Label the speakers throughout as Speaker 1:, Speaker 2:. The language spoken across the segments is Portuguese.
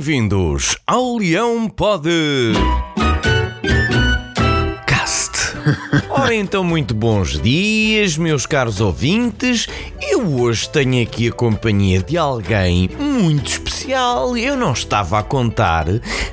Speaker 1: Bem-vindos ao Leão Pod Cast. Ora então, muito bons dias, meus caros ouvintes. Eu hoje tenho aqui a companhia de alguém muito especial. Eu não estava a contar,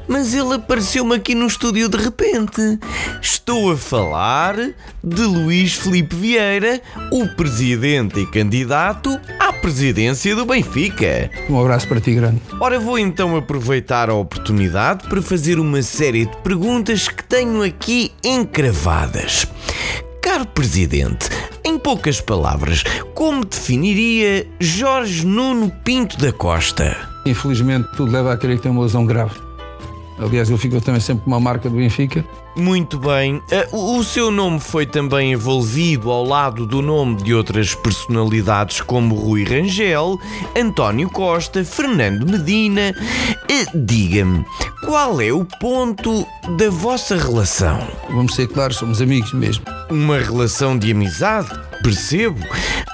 Speaker 1: mas ele apareceu-me aqui no estúdio de repente. Estou a falar de Luís Filipe Vieira, o presidente e candidato à presidência do Benfica.
Speaker 2: Um abraço para ti, grande.
Speaker 1: Ora, vou então aproveitar a oportunidade para fazer uma série de perguntas que tenho aqui encravadas. Caro Presidente, em poucas palavras, como definiria Jorge Nuno Pinto da Costa?
Speaker 2: Infelizmente, tudo leva a crer que tem uma lesão grave. Aliás, ele ficou também sempre com uma marca do Benfica.
Speaker 1: Muito bem. Ah, o- O seu nome foi também envolvido ao lado do nome de outras personalidades como Rui Rangel, António Costa, Fernando Medina. Ah, Diga-me, qual é o ponto da vossa relação?
Speaker 2: Vamos ser claros, somos amigos mesmo.
Speaker 1: Uma relação de amizade, percebo.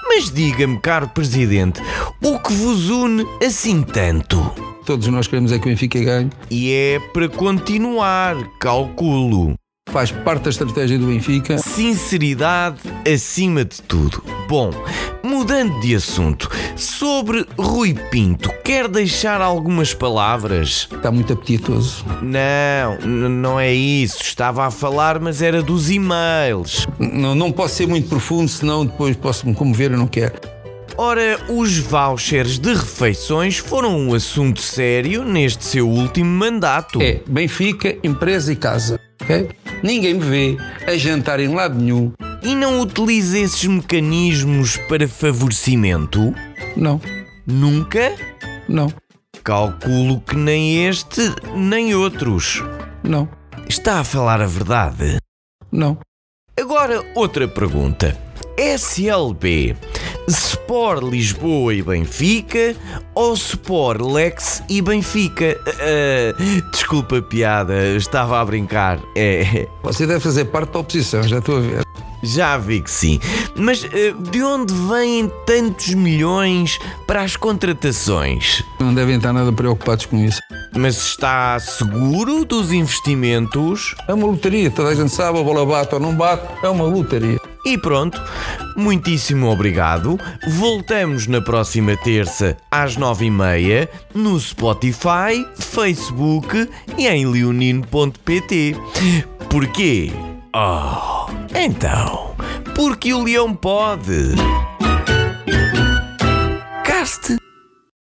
Speaker 1: Mas diga-me, caro presidente, o que vos une assim tanto?
Speaker 2: Todos nós queremos é que o Benfica ganhe.
Speaker 1: E é para continuar, calculo.
Speaker 2: Faz parte da estratégia do Benfica.
Speaker 1: Sinceridade acima de tudo. Bom, mudando de assunto, sobre Rui Pinto, quer deixar algumas palavras?
Speaker 2: Está muito apetitoso.
Speaker 1: Não, n- não é isso. Estava a falar, mas era dos e-mails.
Speaker 2: Não, não posso ser muito profundo, senão depois posso-me comover, eu não quero.
Speaker 1: Ora, os vouchers de refeições foram um assunto sério neste seu último mandato.
Speaker 2: É Benfica, empresa e casa. ok? Ninguém me vê a jantar em lado nenhum.
Speaker 1: E não utiliza esses mecanismos para favorecimento?
Speaker 2: Não,
Speaker 1: Nunca?
Speaker 2: não,
Speaker 1: Calculo que nem este, nem outros.
Speaker 2: não,
Speaker 1: Está a falar a verdade.
Speaker 2: não.
Speaker 1: Agora, outra pergunta. SLB, Sport Lisboa e Benfica ou Sport Lex e Benfica? Ah, ah, desculpa a piada, estava a brincar. É,
Speaker 2: Você deve fazer parte da oposição, já estou a ver.
Speaker 1: já vi que sim. Mas ah, de onde vêm tantos milhões para as contratações?
Speaker 2: Não devem estar nada preocupados com isso.
Speaker 1: Mas está seguro dos investimentos?
Speaker 2: É uma lotaria, toda a gente sabe, a bola bate ou não bate, é uma lotaria.
Speaker 1: E pronto, muitíssimo obrigado. Voltamos na próxima terça às nove e meia no Spotify, Facebook e em leonino.pt. Porquê? Oh, então, porque o leão pode.